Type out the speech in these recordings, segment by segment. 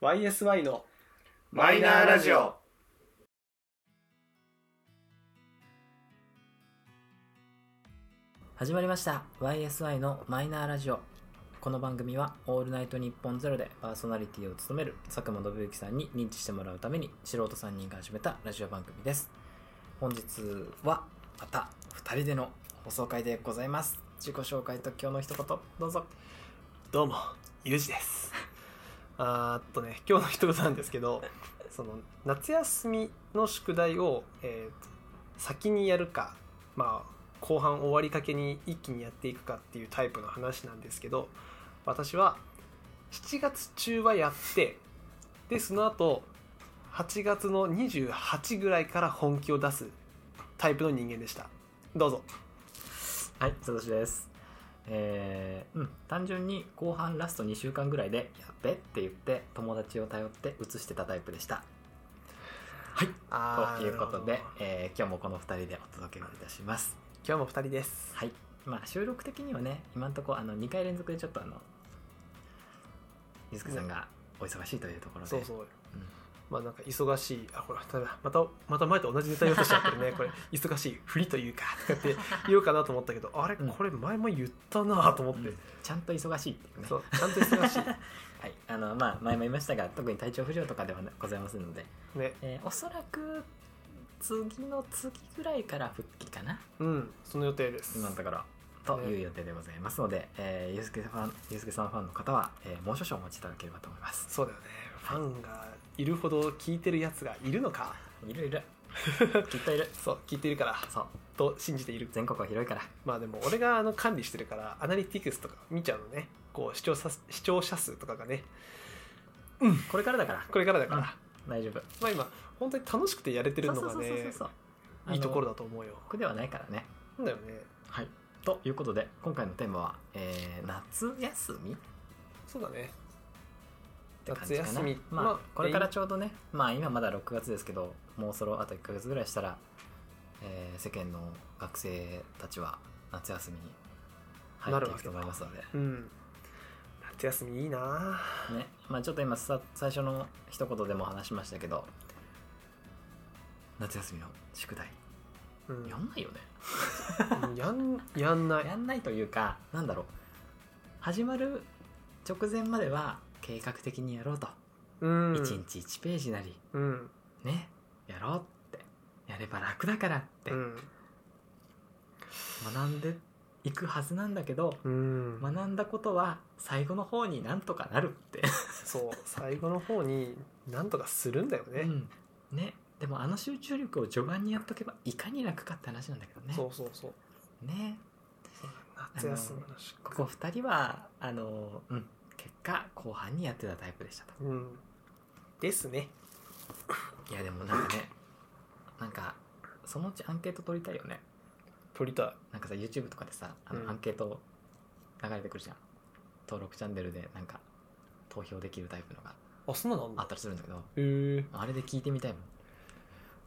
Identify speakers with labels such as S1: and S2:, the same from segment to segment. S1: YSY の
S2: マイナーラジオ。
S3: 始まりました YSY のマイナーラジオこの番組は「オールナイトニッポンゼロでパーソナリティを務める佐久間信之さんに認知してもらうために素人3人が始めたラジオ番組です本日はまた2人での放送回でございます自己紹介と今日の一言どうぞ
S1: どうもゆうじです あーっとね今日の一言なんですけどその夏休みの宿題を、えーと先にやるかまあ後半終わりかけに一気にやっていくかっていうタイプの話なんですけど私は7月中はやってでその後8月の28ぐらいから本気を出すタイプの人間でしたどうぞ
S3: はい、サトシです。えー、うん、単純に後半ラスト2週間ぐらいで、やっべって言って、友達を頼って移してたタイプでした。
S1: あー
S3: ということ
S1: な
S3: で
S1: るほど、
S3: えー今日もこの2人でお届けをいたします。
S1: 今日も2人です
S3: はい。まあ、収録的にはね、今のところ、あの、2回連続でちょっとあの、ゆずきさんがお忙しいというところで、
S1: そうそう、
S3: ん
S1: まあなんか忙しいあこれまたまたまた前と同じネタ言おうとしちゃってる ねこれ忙しいふりというか とかって言おうかなと思ったけどあれ
S3: うん
S1: これ前も言ったなと思って、
S3: うんちゃんと忙しいっていうね。
S1: そうちゃんと忙し
S3: はい。あの、まあ、前も言いましたが、特に体調不良とかではございませんので、
S1: いね
S3: えーおそらく、次の次ぐらいから復帰かな。
S1: うんその予定です
S3: 今のところという予定でございますので、えー、ゆうすけファンゆうすけさんファンの方は、えーもう少々お待ちいただければと思います
S1: そうだよねファンがいるほど聞いてるやつがいるのか
S3: いるいるきっと いる
S1: そう聞いてるから
S3: そう
S1: と信じている
S3: 全国は広いから
S1: まあでも俺があの管理してるからアナリティクスとか見ちゃうのねこう視聴者視聴者数とかがね
S3: これからだから
S1: これからだから、
S3: うん大丈夫
S1: まあ今本当に楽しくてやれてるのがね
S3: そう
S1: いいところ
S3: だ
S1: だと思うよ
S3: 僕ではないからね
S1: なんだよね
S3: はいということで今回のテーマは、えー、夏休み
S1: そうだね
S3: って感じかな
S1: 夏休み
S3: まあ、
S1: まあ
S3: これからちょうどねまあ今まだ6月ですけどもうそろあと1ヶ月ぐらいしたら、えー世間の学生たちは夏休みに入っていくと思いますので、
S1: うん夏休みいいな
S3: ねまあ、ちょっと今さ最初の一言でも話しましたけど夏休みの宿題
S1: うん
S3: やんないよね、
S1: やんやんない
S3: やんないというかなんだろう始まる直前までは計画的にやろうと、
S1: うん
S3: 1日1ページなり
S1: うん
S3: ねやろうってやれば楽だからって
S1: うん
S3: 学んでいくはずなんだけど
S1: うん
S3: 学んだことは最後の方になんとかなるって、
S1: そう最後の方になんとかするんだよね、
S3: うんねでもあの集中力を序盤にやっとけばいかに楽かって話なんだけどね
S1: そうそうそう
S3: ね
S1: 夏休みの宿
S3: ここ2人はあの、うん、結果後半にやってたタイプでしたと
S1: うんですね
S3: いやでもなんかねなんかそのうちアンケート取りたいよね
S1: 取りたい
S3: なんかさ YouTube とかでさあ
S1: う
S3: の
S1: ん
S3: アンケート流れてくるじゃん、登録チャンネルでなんか投票できるタイプのが
S1: あそんなのあん
S3: あ
S1: だ
S3: ったりするんだけど
S1: へえ
S3: あれで聞いてみたいもん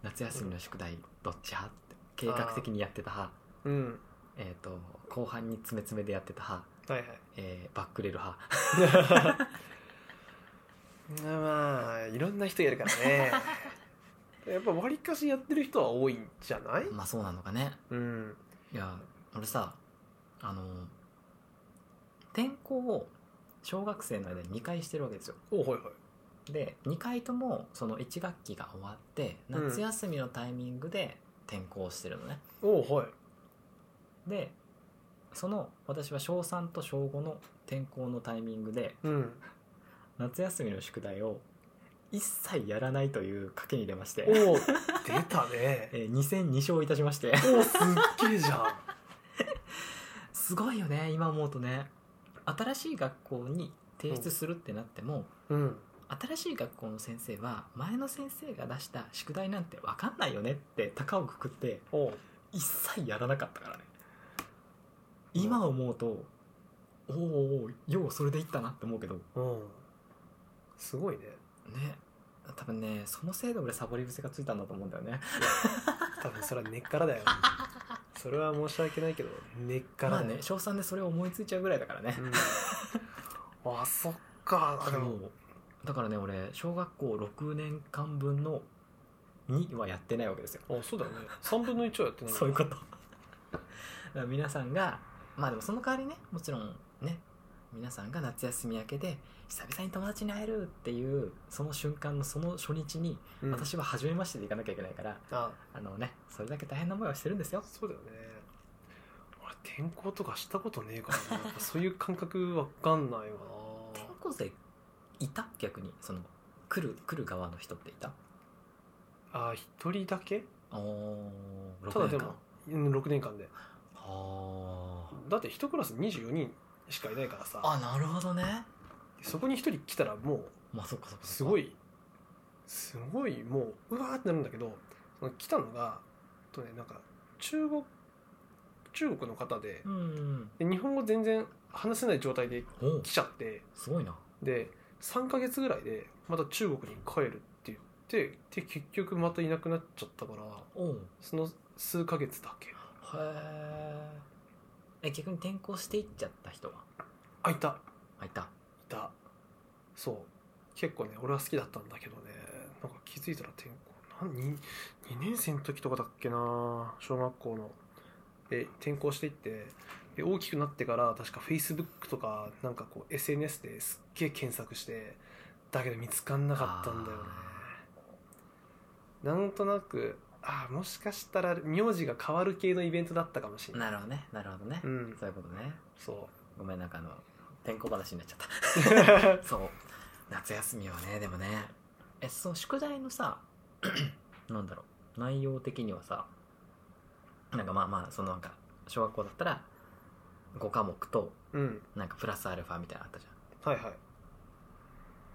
S3: 夏休みの宿題どっち派って計画的にやってた派
S1: うん
S3: えっ、と後半に詰め詰めでやってた派、
S1: はいはい
S3: えーバックレる 派
S1: まあいろんな人やるから ねやっぱわりかしやってる人は多いんじゃない
S3: まあそうなのかね
S1: うん
S3: いや俺さあの転校を小学生の間に2回してるわけですよ
S1: おはいはい
S3: で2回ともその1学期が終わって
S1: うん
S3: 夏休みのタイミングで転校してるのね、
S1: おはい
S3: でその私は小3と小5の転校のタイミングで
S1: うん
S3: 夏休みの宿題を一切やらないという賭けに出まして、
S1: おお出たね
S3: えー2戦2勝いたしまして
S1: おすっげえじゃん
S3: すごいよね今思うとね新しい学校に提出するってなっても、
S1: うん
S3: 新しい学校の先生は前の先生が出した宿題なんて分かんないよねって高をくくって
S1: お
S3: 一切やらなかったからね今思うとおーおーようそれでいったなって思うけどね
S1: うんすごいね
S3: 多分ねそのせいで俺サボり癖がついたんだと思うんだよね
S1: 多分それは根っからだよそれは申し訳ないけど根っから
S3: ま
S1: だ
S3: あ
S1: よ
S3: ね小3でそれを思いついちゃうぐらいだからね
S1: うんあそっかあでも
S3: もうだからね俺小学校6年間分の2はやってないわけですよ
S1: あそうだよね3分の1はやってない
S3: そういうことだ から皆さんがまあでもその代わりねもちろんね皆さんが夏休み明けで久々に友達に会えるっていうその瞬間のその初日に
S1: うん
S3: 私は初めましてで行かなきゃいけないから、
S1: あ
S3: あのねそれだけ大変な思いはしてるんですよ
S1: そうだよね俺転校とかしたことねえからなやっぱそういう感覚わかんないわ
S3: 転校生いた逆にその来る来る側の人っていた
S1: なあ一人だけ
S3: おお
S1: ただ
S3: 6
S1: で
S3: 年
S1: も
S3: 間
S1: うん6年間で
S3: あ
S1: だって一クラス24人しかいないから
S3: ー
S1: さ
S3: あなるほどね
S1: そこに一人来たらもう
S3: まあそっかそっかそっか
S1: すごいすごいもううわーってなるんだけどその来たのがえっとねなんか中国中国の方で
S3: うん
S1: で日本語全然話せない状態で
S3: おお
S1: 来ちゃって
S3: すごいな
S1: で3ヶ月ぐらいでまた中国に帰るって言ってで結局またいなくなっちゃったから
S3: おう
S1: その数ヶ月だけ
S3: へえ逆に転校していっちゃった人は
S1: あいた
S3: あいた
S1: いたそう結構ね俺は好きだったんだけどねなんか気づいたら転校何 2, 年生の時とかだっけな小学校ので転校していってで大きくなってから確か Facebook とかなんかこう SNS ですっげえ検索してだけど見つかんなかったんだよねなんとなくああもしかしたら名字が変わる系のイベントだったかもしれない
S3: なるほどねなるほどね、
S1: うん
S3: そういうことね
S1: そ
S3: ごめんなんかあの転校話になっちゃった
S1: う
S3: そう夏休みはねでもねえその宿題のさ なんだろう内容的にはさなんかまあまあそのなんか小学校だったら5科目と
S1: うん
S3: なんかプラスアルファみたいなのあったじゃん
S1: はいはい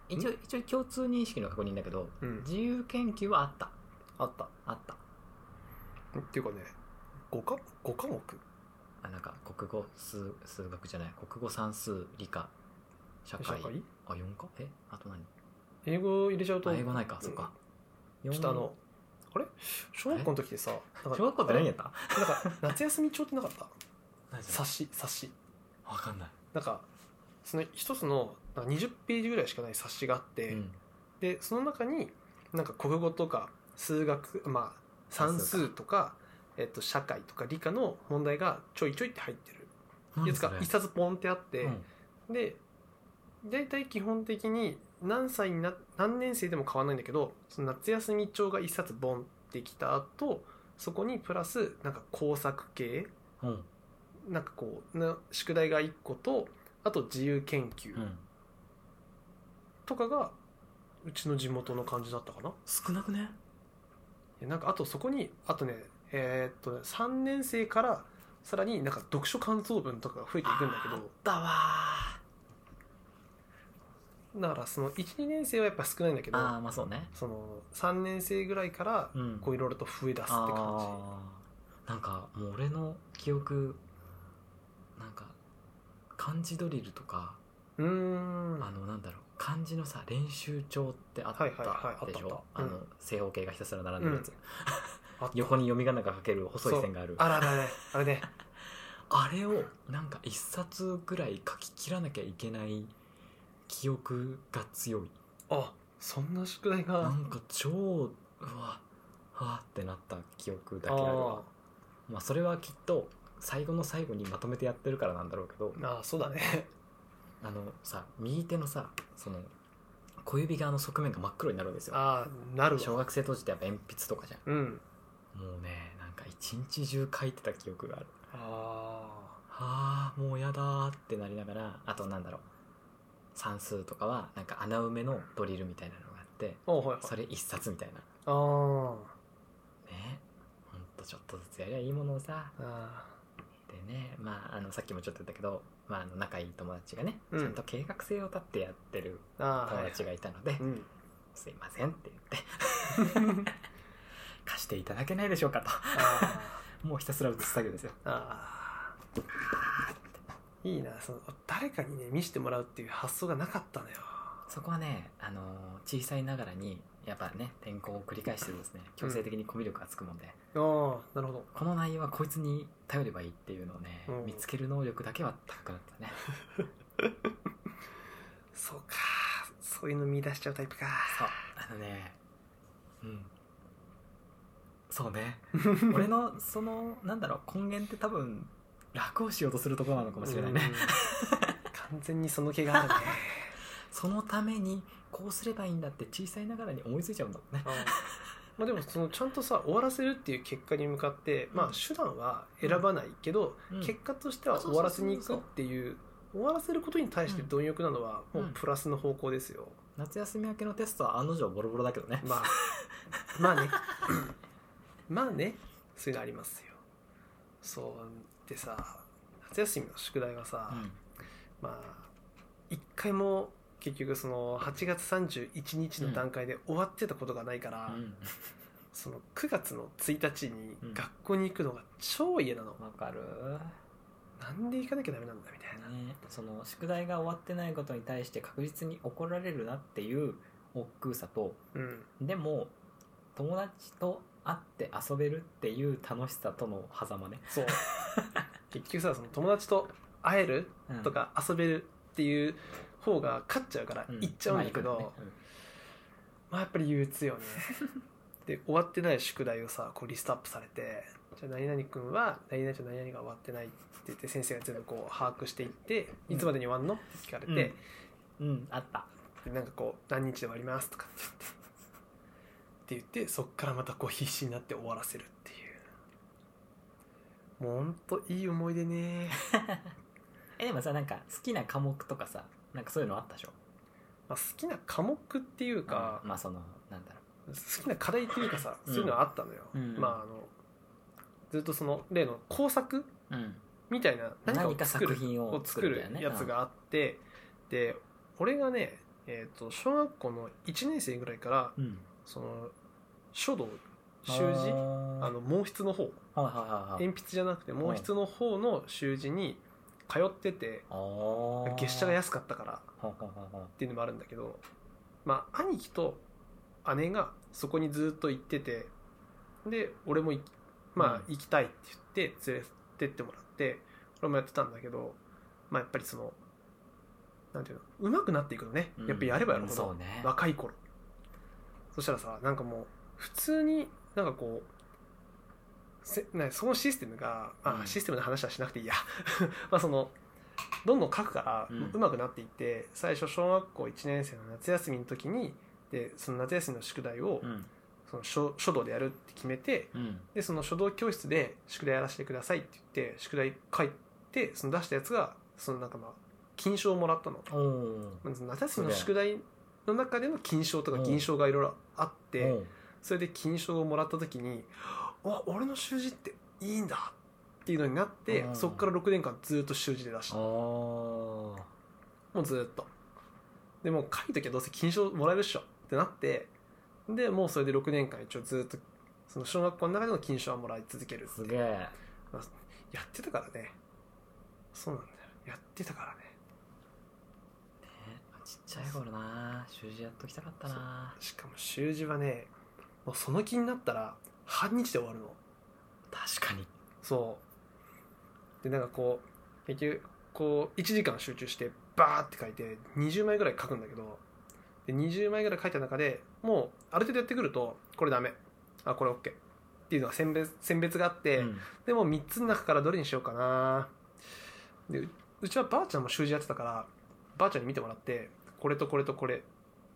S3: 一応一応共通認識の確認だけど、
S1: うん
S3: 自由研究はあった
S1: あった
S3: あった
S1: っていうかね5か5科目
S3: あなんか国語数数学じゃない国語算数理科社
S1: 社
S3: 会
S1: 会
S3: あ四かえあと何
S1: 英語入れちゃうと
S3: あ英語ないか、そっか
S1: うん
S3: 四
S1: ちょっとあのあれ小学校の時ってさなんか
S3: 小学校って何やった
S1: なんか夏休み帳ってなかった
S3: 何それ
S1: 冊子冊子
S3: わかんない、
S1: なんかその一つのなんか20ページぐらいしかない冊子があって、
S3: うん
S1: でその中になんか国語とか数学まあ算数とか、えっと、社会とか理科の問題がちょいちょいって入ってるや
S3: 何
S1: つ
S3: そ
S1: が
S3: れ
S1: 一冊ポンってあって、
S3: うん
S1: で大体基本的に何歳にな何年生でも変わらないんだけどその夏休み帳が一冊ボンってきた後そこにプラスなんか工作系
S3: うん
S1: なんかこうな宿題が1個とあと自由研
S3: う
S1: 究
S3: ん
S1: とかがうちの地元の感じだったかな。い
S3: 少なくね
S1: やなんかあとそこにあとねえーっとね3年生からさらになんか読書感想文とかが増えていくんだけ
S3: あっ
S1: ど
S3: たわ
S1: だからその12年生はやっぱ少ないんだけ
S3: ー
S1: ど
S3: あーまあそうね
S1: その3年生ぐらいから
S3: うん
S1: こういろいろと増え出すって感
S3: あーなんかもう俺の記憶なんか漢字ドリルとか、
S1: じうーん
S3: あのなんだろう漢字のさ練習帳ってあった
S1: はいはいはい
S3: でし
S1: あっ
S3: ょ
S1: た
S3: あ
S1: あった
S3: の正方形がひたすら並んでるやつ、
S1: あった
S3: 横に読み仮名が書ける細い線があるあ
S1: あららねあれね
S3: れをなんか一冊ぐらい書き切らなきゃいけない記憶が強い
S1: あそんな宿題が
S3: なんか超うわはあってなった記憶だけあるわ
S1: あ
S3: まあそれはきっと最後の最後にまとめてやってるからなんだろうけど
S1: ーあーそうだね
S3: あのさ右手のさその小指側の側面が真っ黒になるんですよ
S1: ああなる
S3: 小
S1: わ
S3: 学生当時ってやっぱ鉛筆とかじゃ
S1: うん
S3: んもうねなんか一日中書いてた記憶がある
S1: あ
S3: はあもうやだーってなりながらあとなんだろう算数とかはなんか穴埋めのドリルみたいなのがあって
S1: あはいはい
S3: それ一冊みたいな
S1: あー
S3: ねほんとちょっとずつやりゃいいものをさ
S1: あ
S3: でねまああのさっきもちょっと言ったけど、まあ、あの仲いい友達がね、
S1: うん
S3: ちゃんと計画性を立ってやってる
S1: ーあー
S3: 友
S1: はい
S3: 達がいたので、
S1: うん
S3: すいませんって言って 貸していただけないでしょうかと
S1: あ
S3: もうひたすら写す作業ですよ
S1: ーあーいいなその誰かにね見せてもらうっていう発想がなかったのよ
S3: そこはね、あのー小さいながらにやっぱね転校を繰り返してですね強制的にコミュ力がつくもんで、
S1: ああなるほど
S3: この内容はこいつに頼ればいいっていうのをね、
S1: うん
S3: 見つける能力だけは高くなったね
S1: そうかそういうの見出しちゃうタイプか
S3: そうあのねうんそう ね俺のそのなんだろう根源って多分楽をしようとするところなのかもしれないね、
S1: うん完全にその気があるね
S3: そのためにこうすればいいんだって小さいながらに思いついちゃうんだもんね
S1: うんまあでもそのちゃんとさ終わらせるっていう結果に向かって、まあ
S3: うん
S1: 手段は選ばないけど、
S3: うん
S1: 結果としては
S3: あそ
S1: 終
S3: うそう
S1: わらせに行くっていう終わらせることに対して貪欲なのはもうプラスの方向ですよ、
S3: 夏休み明けのテストは案の定ボロボロだけどね
S1: まあまあね まあねそういうのありますよそうでさ夏休みの宿題はさ、
S3: うん
S1: まあ一回も結局その8月31日の段階で終わってたことがないから、その9月の1日に
S3: うん
S1: 学校に行くのが超嫌なの、
S3: うんわかる
S1: なんで行かなきゃダメなんだみたいな、
S3: ねその宿題が終わってないことに対して確実に怒られるなっていう億劫さと
S1: うん、
S3: でも友達と会って遊べるっていう楽しさとの狭間ね、
S1: そう結局さその友達と会える
S3: うん
S1: とか遊べるっていう方が勝っちゃうから
S3: ん
S1: 行っちゃうんだけど、
S3: まあ行くよね
S1: まあやっぱり憂鬱よ ねで終わってない宿題をさこうリストアップされてじゃあ何々君は何々と何々が終わってないって言って先生が全部こう把握していって
S3: うん
S1: いつまでに終わんのって聞かれて、
S3: うんうん、うんあった
S1: でなんかこう何日で終わりますとかって言ってって言ってそっからまたこう必死になって終わらせるっていうもうほんといい思い出ね
S3: えでもさなんか好きな科目とかさなんかそういうのあったでしょ
S1: まあ好きな科目っていうか、
S3: うんまあそのなんだろ
S1: 好きな課題っていうかさ、
S3: うん
S1: そういうのはあったのよ、
S3: うん
S1: まああのずっとその例の工作
S3: う、
S1: みたいな何かを
S3: 何か
S1: 作る
S3: 作品を作
S1: 作
S3: るん
S1: る
S3: だよね
S1: やつがあって、で俺がね、えー、と小学校の1年生ぐらいから
S3: うん、
S1: その書道習字
S3: あ
S1: あの毛筆の方
S3: はいはいはいはい
S1: 鉛筆じゃなくて毛筆の方の習字に通ってて
S3: あー
S1: 月謝が安かったからっ
S3: はははは
S1: ていうのもあるんだけどまあ兄貴と姉がそこにずっと行っててで俺も行きまあ
S3: う
S1: 行きたいって言って連れてってもらって俺もやってたんだけどまあやっぱりそのなんていうの上手くなっていくのねやっぱやればやる
S3: うん
S1: ほ
S3: そ
S1: ど
S3: うね
S1: 若い頃そしたらさなんかもう普通になんかこうせなんかそのシステムが、
S3: う
S1: あ
S3: ん
S1: システムの話はしなくていいや まあそのどんどん書くから
S3: うん
S1: うまくなっていって、最初小学校1年生の夏休みの時にでその夏休みの宿題を
S3: うん
S1: その書書道でやるって決めて
S3: うん
S1: でその書道教室で宿題やらせてくださいって言って宿題書いてその出したやつがそのなんかまあ金賞をもらったの。
S3: おー
S1: まず夏休みの宿題の中での金賞とか銀賞がいろいろあって
S3: おー
S1: それで金賞をもらった時に「あ俺の習字っていいんだ」っていうのになって
S3: うん
S1: そっから6年間ずっと習字で出したも
S3: あー
S1: うずっとでもう書いときはどうせ金賞もらえるっしょってなってでもうそれで6年間一応ずっとその小学校の中での金賞はもらい続ける
S3: す
S1: って
S3: げえ
S1: やってたからねそうなんだよやってたからね
S3: ちっちゃい頃な習字やっときたかったな
S1: しかも習字はねもうその気になったら半日で終わるの
S3: 確かに
S1: そうでなんかこう結局こう1時間集中してバーって書いて20枚ぐらい書くんだけどで20枚ぐらい書いた中でもうある程度やってくるとこれダメあこれ OK っていうのは選別選別があって、
S3: うん
S1: でも3つの中からどれにしようかなでううちはばあちゃんも習字やってたからばあちゃんに見てもらってこれとこれとこれ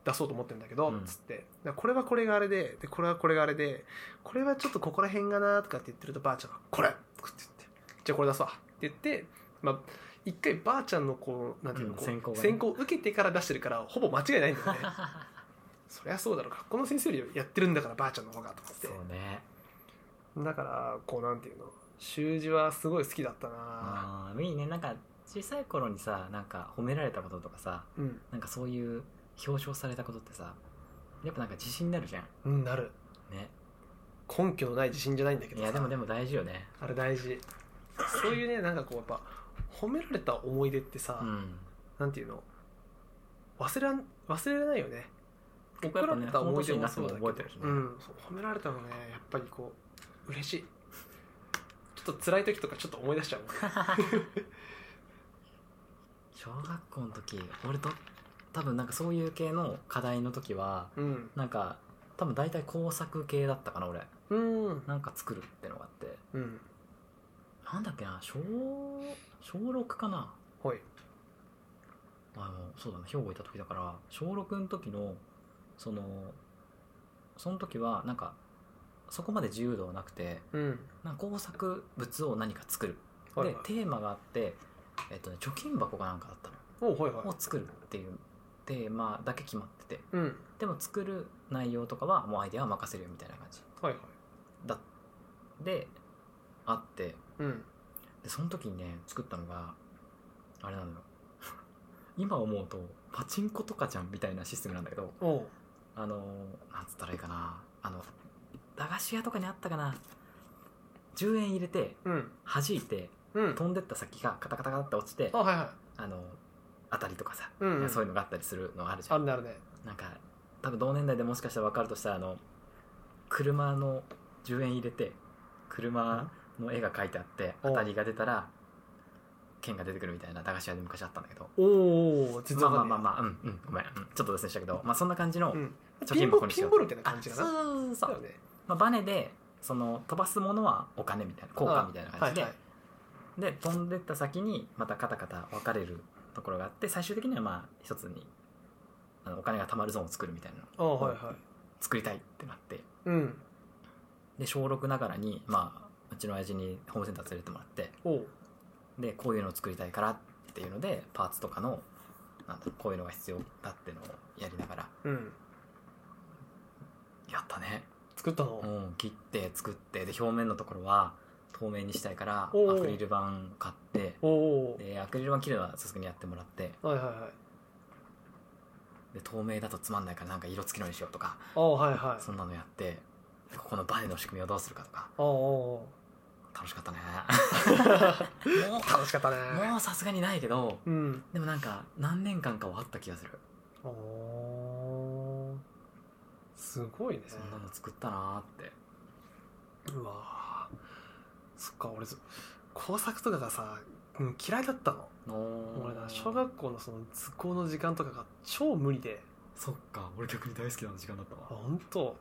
S1: 出そうと思ってるんだけど、
S3: うん
S1: つってだこれはこれがあれででこれはこれがあれでこれはちょっとここら辺がなとかって言ってるとばあちゃんが「これ!」とかって言って「じゃあこれ出すわ」って言って、まあ、一回ばあちゃんのこうなんていうの、
S3: うん
S1: こう
S3: 選考がね
S1: 選考を受けてから出してるからほぼ間違いないんだよねそりゃそうだろう学校の先生よりやってるんだからばあちゃんの方がと思って
S3: そうね
S1: だからこうなんていうの習字はすごい好きだったな
S3: ああいいねなんか小さい頃にさなんか褒められたこととかさ
S1: うん、
S3: なんかそういう表彰されたことってさやっぱなんか自信になるじゃん
S1: うん、なる
S3: ね
S1: 根拠のない自信じゃないんだけ
S3: い
S1: どさ
S3: やでもでも大事よね
S1: あれ大事そういうねなんかこうやっぱ褒められた思い出ってさ、
S3: うん
S1: なんていうの忘れらん忘れられないよね
S3: 僕は
S1: 怒
S3: や
S1: ら
S3: っぱ
S1: れ
S3: ね
S1: た思い出もそうだけ
S3: こ
S1: ど、
S3: の年になっても覚えてるしね
S1: うん、そう褒められたのねやっぱりこう嬉しいちょっと辛い時とかちょっと思い出しちゃうもん
S3: 小学校の時俺ど多分なんかそういう系の課題の時は
S1: うん
S3: なんか多分大体工作系だったかな俺
S1: うん
S3: なんか作るってのがあって
S1: うん
S3: なんだっけな小小6かな
S1: はい
S3: あのそうだな兵庫行った時だから小6の時のそのその時はなんかそこまで自由度はなくて
S1: うん
S3: なんか工作物を何か作る
S1: はい
S3: で
S1: はい
S3: テーマがあって、えっとね、貯金箱かなんかだったの
S1: おはいはい
S3: を作るっていうテーマだけ決まってて
S1: うん
S3: でも作る内容とかはもうアイデアは任せるよみたいな感じ
S1: はいはい
S3: だであって
S1: うん
S3: でその時にね作ったのがあれなのよ 今思うとパチンコとかじゃんみたいなシステムなんだけど
S1: おう
S3: あのーなんつったらいいかなあの駄菓子屋とかにあったかな10円入れて
S1: うん
S3: 弾いて
S1: うん
S3: 飛んでった先がカタカタカタって落ちて
S1: あはいはい
S3: あの当たりとかさ、
S1: うんうん
S3: そういうのがあったりするのあるじゃ
S1: あ
S3: ん
S1: るねあるね
S3: なんか多分同年代でもしかしたら分かるとしたらあの車の10円入れて車の絵が描いてあって
S1: お
S3: 当たりが出たら券が出てくるみたいな駄菓子屋で昔あったんだけど
S1: おお全
S3: ま
S1: 然
S3: あ
S1: わ
S3: ま
S1: か
S3: あ
S1: ん
S3: ま
S1: ない
S3: あまあうんうんごめん、うんちょっと脱線したけど、まあ、そんな感じの
S1: うんピ
S3: 貯金
S1: ンボ
S3: 箱にし
S1: ピ
S3: よ
S1: ン
S3: う
S1: ボールみたいな感
S3: あ
S1: じ
S3: そう
S1: か
S3: そ
S1: な
S3: うそう
S1: だよね
S3: まあ、バネでその飛ばすものはお金みたいな効果みたいな感じで、
S1: はいはい
S3: で飛んでった先にまたカタカタ分かれるところがあって最終的にはまあ一つにあのお金が貯まるゾーンを作るみたいなの
S1: あはいはい
S3: 作りたいってなって
S1: うん
S3: で小6ながらにまあうちの親父にホームセンター連れてもらって
S1: おう
S3: でこういうのを作りたいからっていうのでパーツとかのなんだろうこういうのが必要だってのをやりながら
S1: うん
S3: やったね
S1: 作ったの
S3: うん切って作ってで表面のところは透明にしたいから
S1: おー
S3: アクリル板買って
S1: おお
S3: でアクリル板切るのはさすがにやってもらって
S1: はいはいはい
S3: で透明だとつまんないからなんか色付きのにしようとか
S1: あはいはい
S3: そんなのやってここのバネの仕組みをどうするかとか
S1: おお
S3: 楽しかったねもう
S1: 楽しかったね
S3: もうさすがにないけど
S1: うん
S3: でもなんか何年間かはあった気がする
S1: おおすごいね
S3: そんなの作ったなーって
S1: うわーそっか俺そ工作とかがさ、うん、嫌いだったの
S3: の
S1: 俺な小学校のその図工の時間とかが超無理で
S3: そっか俺逆に大好きな時間だった
S1: あ
S3: わ
S1: 本当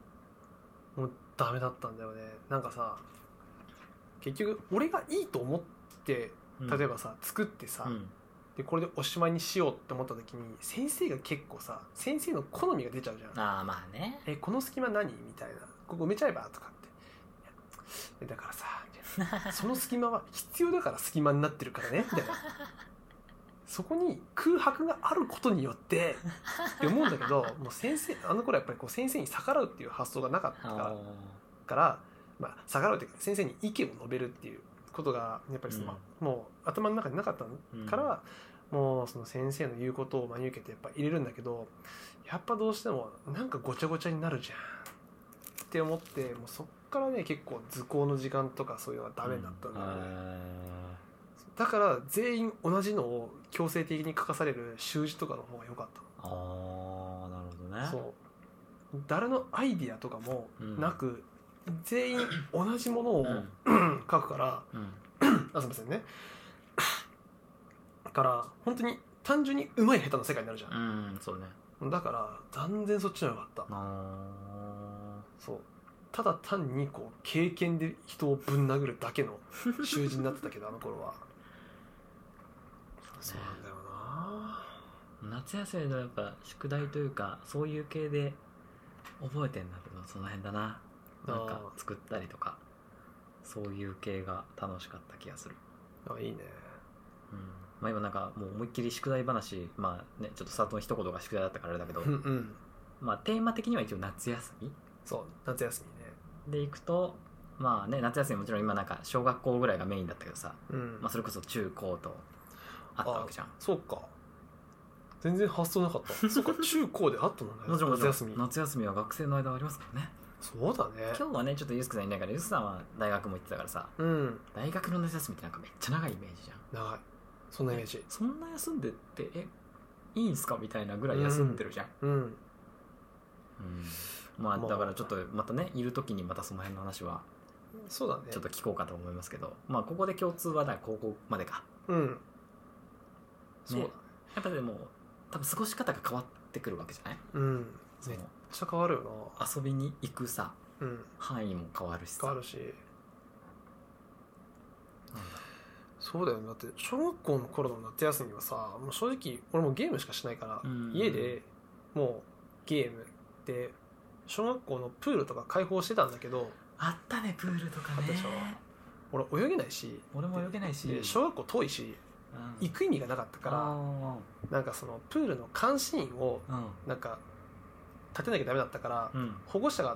S1: もうダメだったんだよねなんかさ結局俺がいいと思って例えばさ、作ってさ、
S3: うん
S1: でこれでおしまいにしようって思った時に先生が結構さ先生の好みが出ちゃうじゃん
S3: ああまあね
S1: えこの隙間何みたいなここ埋めちゃえばとかっていやだからさみたいな その隙間は必要だから隙間になってるからねみたいなそこに空白があることによってって思うんだけどもう先生あの頃やっぱりこう先生に逆らうっていう発想がなかったから
S3: あ
S1: から、まあ、逆らうというか先生に意見を述べるっていうことがやっぱりその、もう頭の中になかった
S3: うん
S1: から、もうその先生の言うことを真に受けてやっぱ入れるんだけどやっぱどうしてもなんかごちゃごちゃになるじゃんって思ってもうそっからね結構図工の時間とかそういうのはダメだったんだよね、
S3: あ
S1: だから全員同じのを強制的に書かされる習字とかの方が良かった
S3: ーあーなるほどね
S1: そう誰のアイディアとかもなく、全員同じものを
S3: う、ん
S1: 書くから
S3: うん
S1: あすいませんねだから本当に単純にうまい下手の世界になるじゃん、
S3: うんそうね
S1: だから断然そっちの方がよかった
S3: あ
S1: そうただ単にこう経験で人をぶん殴るだけ の囚人になってたけどあの頃はそうなんだよな
S3: ー夏休みのやっぱ宿題というかそういう系で覚えてんだけどその辺だななんか
S1: あ
S3: 作ったりとかそういう系が楽しかった気がする
S1: あいいね
S3: うんまあ、今なんかもう思いっきり宿題話、まあね、ちょっとスタートの一言が宿題だったからあれだけど
S1: う、んうん
S3: まあ、テーマ的には一応夏休み
S1: そう夏休みね
S3: でいくと、まあね、夏休みもちろん今なんか小学校ぐらいがメインだったけどさ、
S1: うん、
S3: まあ、それこそ中高とあったわけじゃん
S1: そうか全然発想なかった そうか中高であったのね
S3: もちろんもちろん
S1: 夏休み
S3: 夏休みは学生の間はありますからね
S1: そうだね
S3: 今日はねちょっとユースケさんいないからユースケさんは大学も行ってたからさ
S1: うん
S3: 大学の夏休みってなんかめっちゃ長いイメージじゃん
S1: 長いそんなイメージ
S3: そんな休んでってえいいんすかみたいなぐらい休んでるじゃん、
S1: うん
S3: まあ
S1: まあ
S3: だからちょっとまたねいる時にまたその辺の話は
S1: そうだね
S3: ちょっと聞こうかと思いますけどまあここで共通はだから高校までか
S1: うんそうだね
S3: やっぱでも多分過ごし方が変わってくるわけじゃない
S1: うん
S3: そ
S1: めっ
S3: の
S1: ちゃ変わるよ
S3: 遊びに行くさ
S1: なうん
S3: 範囲も変わるしさ
S1: 変わるしそうだよねだって小学校の頃の夏休みはさもう正直俺もうゲームしかしないから、
S3: うん
S1: 家でもうゲームで小学校のプールとか開放してたんだけど
S3: あったねプールとかね
S1: あったでしょ俺泳げないし
S3: 俺も泳げないし
S1: で小学校遠いし
S3: うん
S1: 行く意味がなかったか
S3: あ
S1: らなんかそのプールの監視員を
S3: ーうん
S1: なんか立てなきゃダメだったから、
S3: うん
S1: 保護者が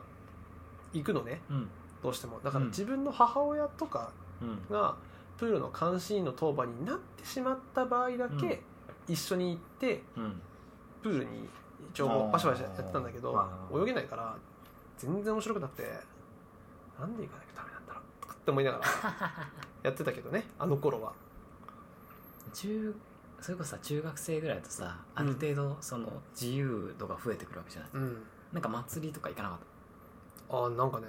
S1: 行くのね
S3: うん
S1: どうしてもだから
S3: うん
S1: 自分の母親とか
S3: うん
S1: がプールの監視員の当番になってしまった場合だ
S3: うん
S1: け一緒に行って
S3: うん
S1: プールに一応もうバシバシやってたんだけど
S3: あー
S1: 泳げないから全然面白くなくてなんで行かなきゃダメなんだろうとかって思いな がらやってたけどねあの頃は
S3: 中それこそさ中学生ぐらいだとさある程度その自由度が増えてくるわけじゃない、
S1: うん
S3: なんか祭りとか行かなかっ
S1: あーなんかね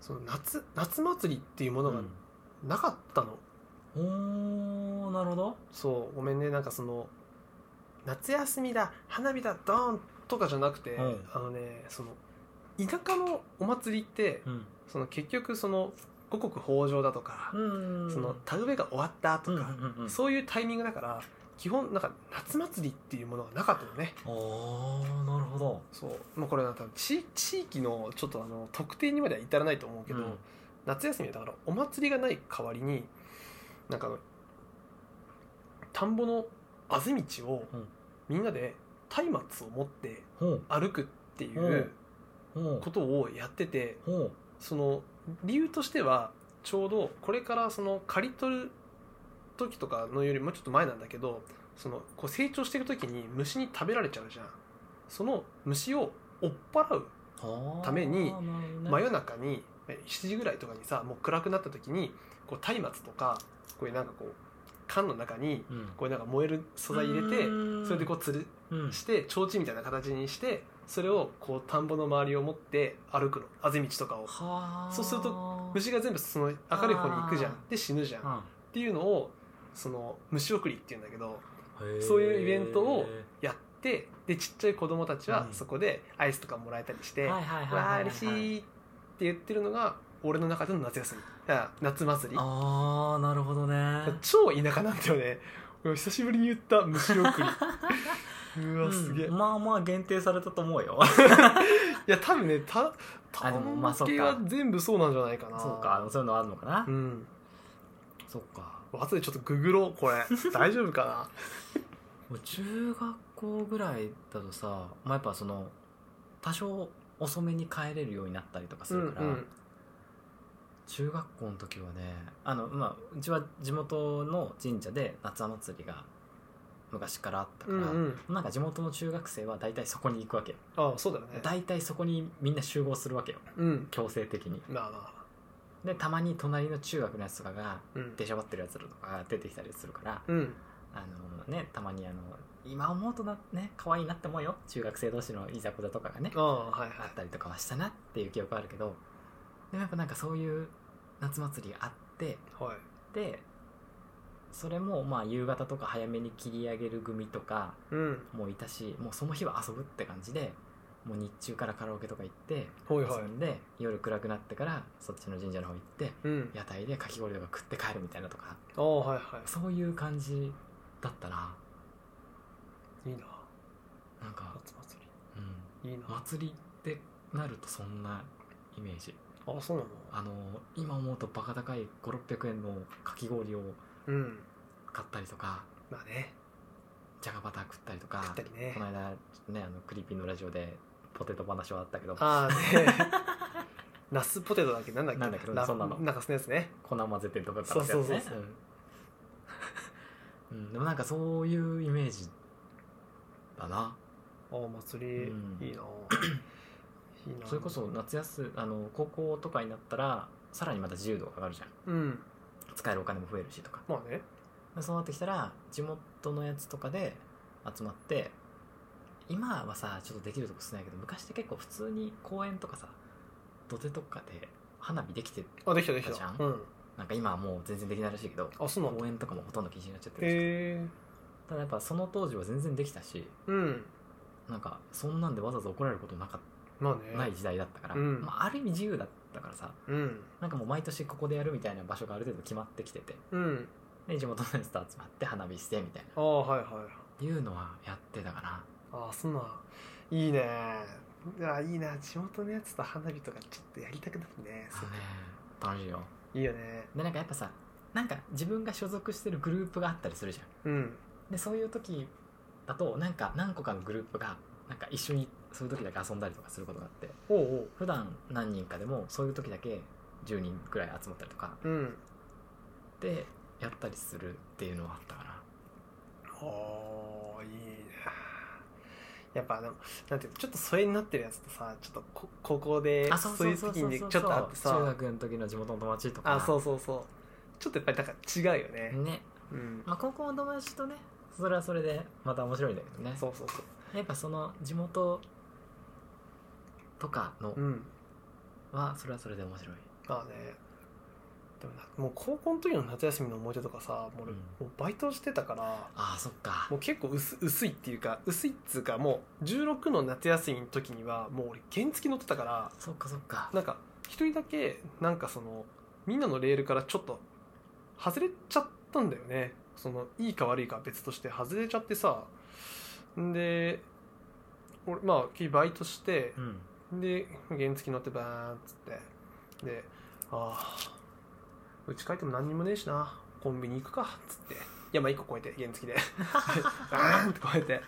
S1: その夏夏祭りっていうも
S3: た
S1: のがなかったの、
S3: うんおーなるほど
S1: そうごめんねなんかその夏休みだ花火だドーンとかじゃなくて、
S3: うん
S1: あのねその田舎のお祭りって、
S3: うん
S1: その結局その五穀豊穣だとか、
S3: うん
S1: その田植えが終わったとか、
S3: うんうんうん、
S1: そういうタイミングだから基本なんか夏祭りっていうものがなかったのね
S3: おーなるほど
S1: そうもうこれは多分地地域のちょっとあの特定にまでは至らないと思うけど、
S3: うん
S1: 夏休みはだからお祭りがない代わりになんか田んぼのあぜ道を
S3: うん
S1: みんなで松明を持って
S3: ほう
S1: 歩くっていううん
S3: ほう
S1: ことをやってて
S3: ほう
S1: その理由としてはちょうどこれからその刈り取る時とかのよりもうちょっと前なんだけどそのこう成長していく時に虫に食べられちゃうじゃんその虫を追っ払う
S3: あー
S1: ために
S3: なるほどね
S1: 真夜中にえ7時ぐらいとかにさもう暗くなった時にこう松明とかこういうなんかこう缶の中に
S3: うん
S1: こういうなんか燃える素材入れて
S3: うん
S1: それでこう吊る
S3: うん
S1: して提灯みたいな形にしてそれをこう田んぼの周りを持って歩くのあぜ道とかを
S3: はー
S1: そうすると虫が全部その明るい方に行くじゃ
S3: あ
S1: んで死ぬじゃん
S3: う
S1: っ
S3: ん
S1: ていうのをその虫送りっていうんだけど
S3: へー
S1: そういうイベントをやってでちっちゃい子供たちはそこでアイスとかもらえたりして、
S3: はいはいはい
S1: わ
S3: は
S1: あ
S3: いはい
S1: 嬉しいって言ってるのが俺の中での夏休みあ夏祭り
S3: ああなるほどね
S1: 超田舎なんだよね俺久しぶりに言った虫送 りうわすげえ、
S3: うん
S1: い
S3: まあまあ限定されたと思うよ
S1: や多分ねた
S3: あでもまあそうか
S1: 系は全部そうなんじゃないかな
S3: そうかそういうのあるのかな、
S1: うん
S3: そっか
S1: 後でちょっとググろう これ大丈夫か
S3: もう中学校ぐらいだとさ、まあ、やっぱその多少遅めに帰れるようになったりとか
S1: な
S3: するから、
S1: うんうん
S3: 中学校の時はねあの、まあ、うちは地元の神社で夏祭りが昔からあったか
S1: う
S3: ら、
S1: んうん
S3: なんか地元の中学生は大体そこに行くわけよ
S1: ああそうだよね
S3: 大体そこにみんな集合するわけよ
S1: うん
S3: 強制的に
S1: まあまあ
S3: でたまに隣の中学のやつとかが
S1: うん
S3: 出しゃばってるやつらとかが出てきたりするから
S1: うん
S3: あのねたまにあの今思うとなね可愛いなって思うよ中学生同士のいざこざとかがね
S1: ああはいは
S3: あったりとかはしたなっていう記憶はあるけどでもやっぱなんかそういう夏祭りがあって
S1: いはい
S3: でそれもまあ夕方とか早めに切り上げる組とか
S1: うん
S3: もういたしもうその日は遊ぶって感じでもう日中からカラオケとか行って
S1: はい
S3: 遊
S1: はい
S3: んで夜暗くなってからそっちの神社の方行って
S1: うん
S3: 屋台でかき氷とか食って帰るみたいなとか
S1: ああはいは
S3: そういう感じだったない
S1: いいな
S3: なんか、
S1: 夏祭
S3: うん、
S1: りいいな
S3: 祭りってなるとそんなイメージ
S1: あそうなの
S3: あの今思うとバカ高い5600円のかき氷を
S1: うん
S3: 買ったりとか
S1: まあね
S3: じゃがバター食ったりと
S1: 食
S3: か
S1: ったりね
S3: この間ねあのクリーピーのラジオでポテト話はあったけど
S1: ああ ねナスポテトだっけなんだっけ
S3: なんだっけ
S1: ラ
S3: そんなの
S1: なんかそのやつね
S3: 粉混ぜてとか
S1: そうそうそうそう
S3: うん うんでもなんかそういうイメージだな
S1: ああ祭り
S3: うん
S1: いいないいな
S3: それこそ夏休みあの高校とかになったらさらにまた自由度が上がるじゃん
S1: うん
S3: 使えるお金も増えるしとか
S1: まあね
S3: でそうなってきたら地元のやつとかで集まって今はさちょっとできるとこ少ないけど昔って結構普通に公園とかさ土手とかで花火できて
S1: あできたでき
S3: じゃ
S1: た
S3: ん
S1: うん
S3: なんか今はもう全然できないらしいけど
S1: あそうなの
S3: 公園とかもほとんど禁止になっちゃってるし、
S1: へえ
S3: ただやっぱその当時は全然できたし
S1: うん
S3: なんかそんなんでわざわざ怒られることなかっ
S1: まあね
S3: ない時代だったから、
S1: うん
S3: まあ、ある意味自由だったからさ
S1: うん
S3: なんかもう毎年ここでやるみたいな場所がある程度決まってきてて
S1: うん
S3: で地元のやつと集まって花火してみたい
S1: ああはいはい
S3: ないうのはやってたかな
S1: ああそんないいねあいいな地元のやつと花火とかちょっとやりたくなるね
S3: そうね楽しいよ
S1: いいよね
S3: でなんかやっぱさなんか自分が所属してるグループがあったりするじゃん
S1: うん
S3: でそういう時だとなんか何個かのグループがなんか一緒にそういう時だけ遊んだりとかすることがあって
S1: おうおう
S3: 普段何人かでもそういう時だけ10人くらい集まったりとか
S1: うん
S3: でやったりするっていうのはあったかな
S1: おーいいねやっぱでもなんていうのちょっと疎遠になってるやつとさちょっとこ高校で
S3: あ
S1: そういう時にちょっとあって
S3: 中
S1: さ
S3: 学の時の地元の友達とか
S1: あそうそうそうちょっとやっぱりだから違うよね
S3: ね、
S1: うん
S3: まあ、高校の友達とねそれはそれでまた面白いんだけどね
S1: そうそうそう
S3: やっぱその地元とかの
S1: うん
S3: はそれはそれで面白い
S1: まあねでもなもう高校の時の夏休みの思い出とかさもう俺
S3: うん
S1: もうバイトしてたから
S3: ああそっか
S1: もう結構薄薄いっていうか薄いっつうかもう16の夏休みの時にはもう俺原付乗ってたから
S3: そっかそっか
S1: なんか一人だけなんかそのみんなのレールからちょっと外れちゃったんだよねそのいいか悪いかは別として外れちゃってさんで俺まあバイトして
S3: うん
S1: で原付乗ってバーンっつってでああうち帰っても何にもねえしなコンビニ行くかっつって山1個越えて原付でバ ーンって越え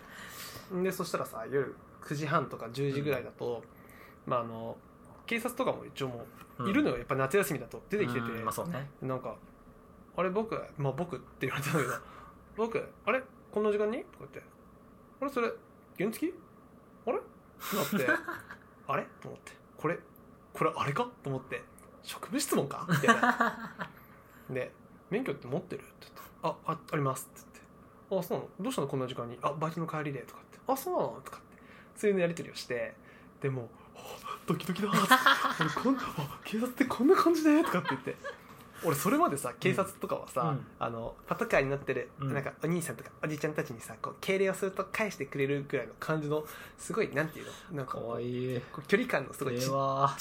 S1: てんでそしたらさ夜9時半とか10時ぐらいだと、まああの警察とかも一応も
S3: うん
S1: ういるのよ、やっぱ夏休みだと出てきてて、
S3: うんまあそうね
S1: なんか「あれ僕まあ僕」って言われたんだけど「僕あれこんな時間に?」とか言って「あれそれ原付あれ?」ってな って「あれ?」と思って「これこれあれか?」と思って「職務質問か?」みたいなで「免許って持ってる?」って言って「あああります」って言って「あそうなのどうしたのこんな時間にあバイトの帰りで」とかって「あそうなの?」とかってそういうのやり取りをしてでもうはあドキドキ だ」って俺こんあ警察ってこんな感じで」とかって言って俺それまでさ警察とかはさ、
S3: うん
S1: あのパトカーに乗ってる、
S3: うん
S1: なんかお兄さんとかおじいちゃんたちにさこう敬礼をすると返してくれるぐらいの感じのすごいなんていうのなんか
S3: か
S1: こ
S3: わ
S1: う
S3: いい
S1: こう距離感のすごいち
S3: ええわ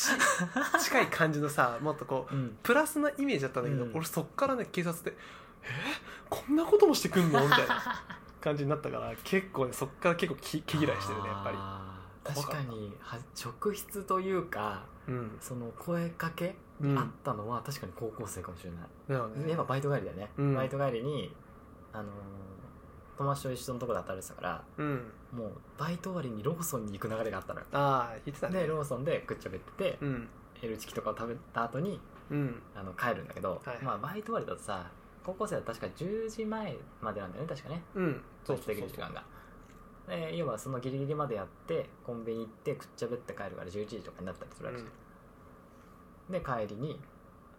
S1: 近い感じのさもっとこう
S3: うん
S1: プラスなイメージだったんだけど、
S3: うん
S1: 俺そっからね警察って「えこんなこともしてくんの?」みたいな 感じになったから結構ねそっから結構き毛嫌いしてるねやっぱり。
S3: あー
S1: 怖
S3: 確
S1: か
S3: か
S1: った
S3: には職質というか
S1: うん
S3: その声かけ
S1: うん
S3: あったのは確かに高校生かもしれない、
S1: だよね
S3: 今バイト帰りだよね、
S1: うん
S3: バイト帰りに、あのー友達と一緒のとこで働いてたから
S1: うん、
S3: もうバイト終わりにローソンに行く流れがあったのよ
S1: ああ言ってたね。
S3: でローソンで食っちゃべってて、
S1: うん
S3: エルチキとかを食べた後に
S1: うん
S3: あの帰るんだけど、
S1: はい
S3: まあ、バイト終わりだとさ高校生は確か10時前までなんだよね確かね
S1: うん
S3: そうそう時間がで要はそのギリギリまでやってコンビニ行って食っちゃべって帰るから11時とかになったりするわけじゃんで帰りに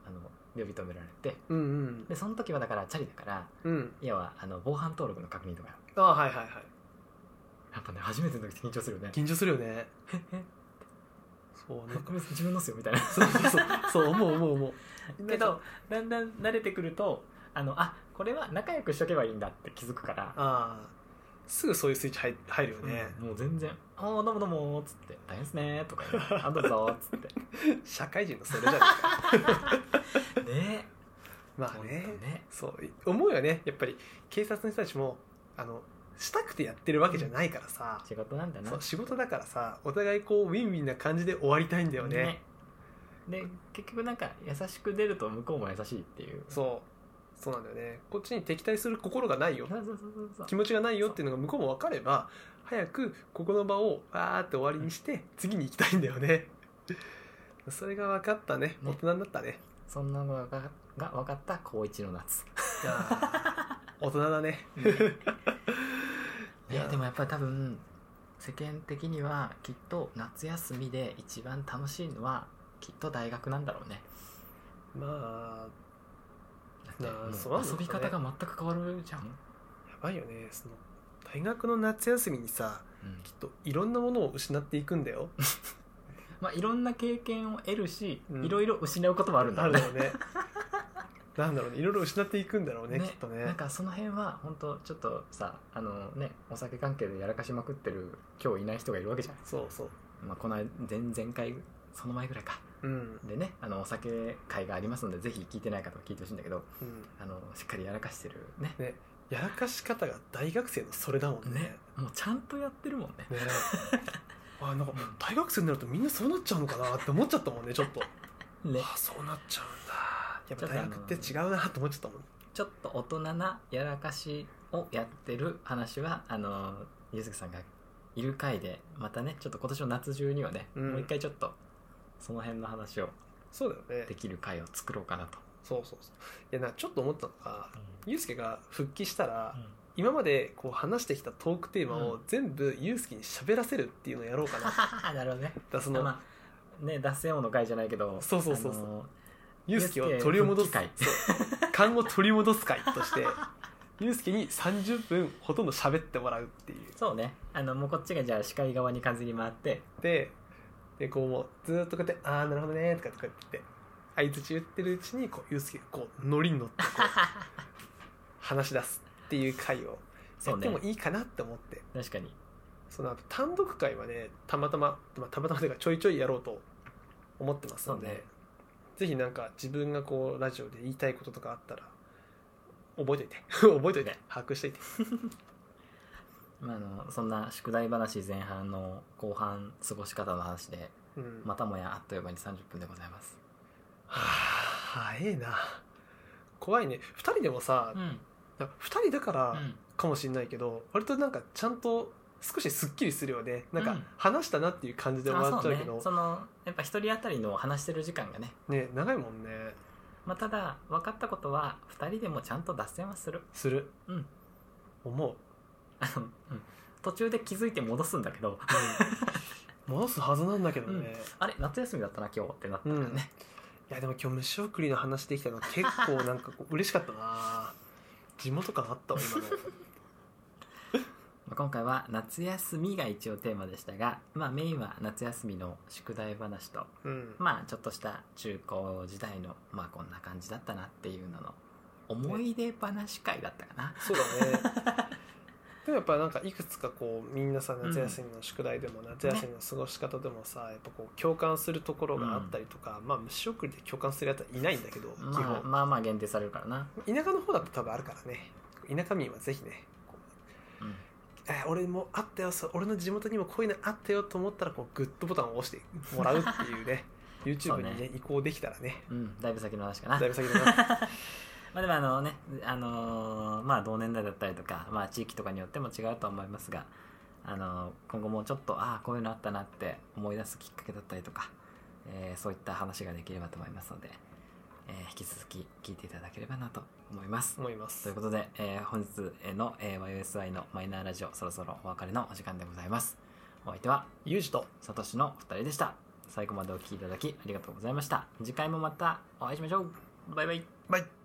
S3: あの呼び止められて
S1: うんうん
S3: でその時はだからチャリだから
S1: うん
S3: 要はあの防犯登録の確認とか
S1: ああはいはいはい
S3: やっぱね初めての時緊張する よね
S1: 緊張するよね
S3: え
S1: そうなんか
S3: 別に自分のっすよみた いな
S1: そうそうそうそう思う思う思う
S3: けどだんだん慣れてくるとあのあこれは仲良くしとけばいいんだって気づくから、
S1: ああすぐそういうスイッチ入入るよね、
S3: うんもう全然「おおどうもどうも」っつって「大変っすね」とか言って「あどうぞ」っ つって
S1: 社会人のそれじゃ ないか
S3: ね
S1: ま
S3: ほ
S1: あ
S3: んと
S1: ね
S3: ね
S1: そう思うよねやっぱり警察の人たちもあのしたくてやってるわけじゃないからさ、
S3: 仕事なんだな
S1: そう仕事だからさお互いこうウィンウィンな感じで終わりたいんだよね
S3: ねで結局なんか優しく出ると向こうも優しいっていう
S1: そうそうなんだよねこっちに敵対する心がないよ
S3: そうそうそうそうそう
S1: 気持ちがないよっていうのが向こうも分かれば早くここの場をわーって終わりにして次に行きたいんだよねそれが分かったね大人になったね
S3: そんなのがが分かった高一の夏、
S1: いやー大人だねい
S3: ね
S1: や
S3: でもやっぱり多分世間的にはきっと夏休みで一番楽しいのはきっと大学なんだろうね
S1: まあ
S3: だって
S1: なあ
S3: もう
S1: そうなんです
S3: 遊
S1: よね
S3: び方が全く変わるじゃん、
S1: やばいよねその大学の夏休みにさ
S3: うん
S1: きっといろんなものを失っていくんだよ
S3: まあいろんな経験を得るし、
S1: うん
S3: いろいろ失うこともあるんだろうね
S1: よねなんだろうねいろいろ失っていくんだろうねきっと
S3: なん
S1: ね
S3: かその辺は本当ちょっとさあのねお酒関係でやらかしまくってる今日いない人がいるわけじゃん、
S1: そうそう
S3: まあ、この間前々回その前ぐらいか
S1: うん
S3: でねあのお酒会がありますのでぜひ聞いてない方は聞いてほしいんだけど
S1: うん
S3: あのしっかりやらかしてるね
S1: やらかし方が大学生のそれだもんね
S3: ねもうちゃんとやってるもんね
S1: ねあなんか大学生になるとみんなそうなっちゃうのかなって思っちゃったもんねちょっと、
S3: ね
S1: あそうなっちゃうんだやっぱ
S3: ちょっとあ
S1: 大
S3: の
S1: 学って違うなって思っちゃったもん
S3: ちょっと大人なやらかしをやってる話はあのゆずきさんがいる回でまたねちょっと今年の夏中にはね、
S1: うん
S3: もう一回ちょっとその辺の話を
S1: そうだよね
S3: できる回を作ろうかなと、
S1: そうそうそういやなちょっと思ったのがゆうすけが復帰したら、今までこう話してきたトークテーマ
S3: う
S1: を全部ゆうすけに喋らせるっていうのをやろうか な、だか
S3: あなるほどね
S1: らその、
S3: まあね脱線王の回じゃないけど
S1: そうそうそうそう
S3: あの
S1: ゆうすけを取り戻す
S3: ゆう
S1: そう勘を取り戻す会としてゆうすけに30分ほとんど喋ってもらうっていう
S3: そうねあのもうこっちがじゃあ視界側に完全に回って
S1: ででこうもうずーっとこうやって「ああなるほどね」とかとかって言って相づち打ってるうちにこうゆうすけがこうノリに乗ってこう 話し出すっていう回をや
S3: そう
S1: っ
S3: ね
S1: てもいいかなって思って
S3: 確かに
S1: その後単独会はねたまたま、まあ、たまたまというかちょいちょいやろうと思ってますので、
S3: そうね
S1: ぜひなんか自分がこうラジオで言いたいこととかあったら覚えと いて覚えといて把握していて
S3: まあ、あのそんな宿題話前半の後半過ごし方の話で
S1: うん
S3: またもやあっという間に30分でございます、
S1: はあ早えな怖いね2人でもさ、
S3: ん
S1: 2人だから
S3: ん、
S1: かもしれないけど、割となんかちゃんと少しすっきりするよねなん
S3: う
S1: か
S3: ん
S1: 話したなっていう感じで終わっちゃうけ
S3: あそう
S1: ど
S3: ね、そのやっぱ一人当たりの話してる時間がね、
S1: ね長いもんね
S3: まあ、ただ分かったことは2人でもちゃんと脱線はする
S1: する、
S3: うん
S1: 思 う
S3: あの、うん、途中で気づいて戻すんだけど
S1: 戻すはずなんだけどね、
S3: うん
S1: い
S3: あれ夏休みだったな今日ってなったからね、
S1: やでも今日虫送りの話できたの結構なんかこう嬉しかったな地元感あったわ今の
S3: まあ、今回は夏休みが一応テーマでしたが、まあ、メインは夏休みの宿題話と
S1: うん
S3: まあちょっとした中高時代のまあこんな感じだったなっていうのの思い出話会だったかな、
S1: そうだねでもやっぱなんかいくつかこうみんなさ夏休みの宿題でも夏休みの過ごし方でもさ、やっぱこう共感するところがあったりとか、まあ虫送りで共感するやつはいないんだけど、基
S3: まあ、
S1: 本
S3: まあまあ限定されるからな、
S1: 田舎の方だと多分あるからね田舎民はぜひねこう
S3: うん、
S1: えー俺もあったよそう俺の地元にもこういうのあったよと思ったらこうグッドボタンを押してもらうっていうね YouTube にね
S3: そう
S1: 移行できたらね
S3: うん、だいぶ先の話かな
S1: だいぶ先だな
S3: まあでもあのね、あのーまあ同年代だったりとか、まあ地域とかによっても違うと思いますが、あのー今後もちょっと、ああ、こういうのあったなって思い出すきっかけだったりとか、えーそういった話ができればと思いますので、えー引き続き聞いていただければなと思います。
S1: 思います
S3: ということで、えー本日の、えー YOSI のマイナーラジオ、そろそろお別れのお時間でございます。お相手は、
S1: ユージと
S3: サトシのお二人でした。最後までお聴きいただきありがとうございました。次回もまたお会いしましょう。バイバイ。
S1: バイ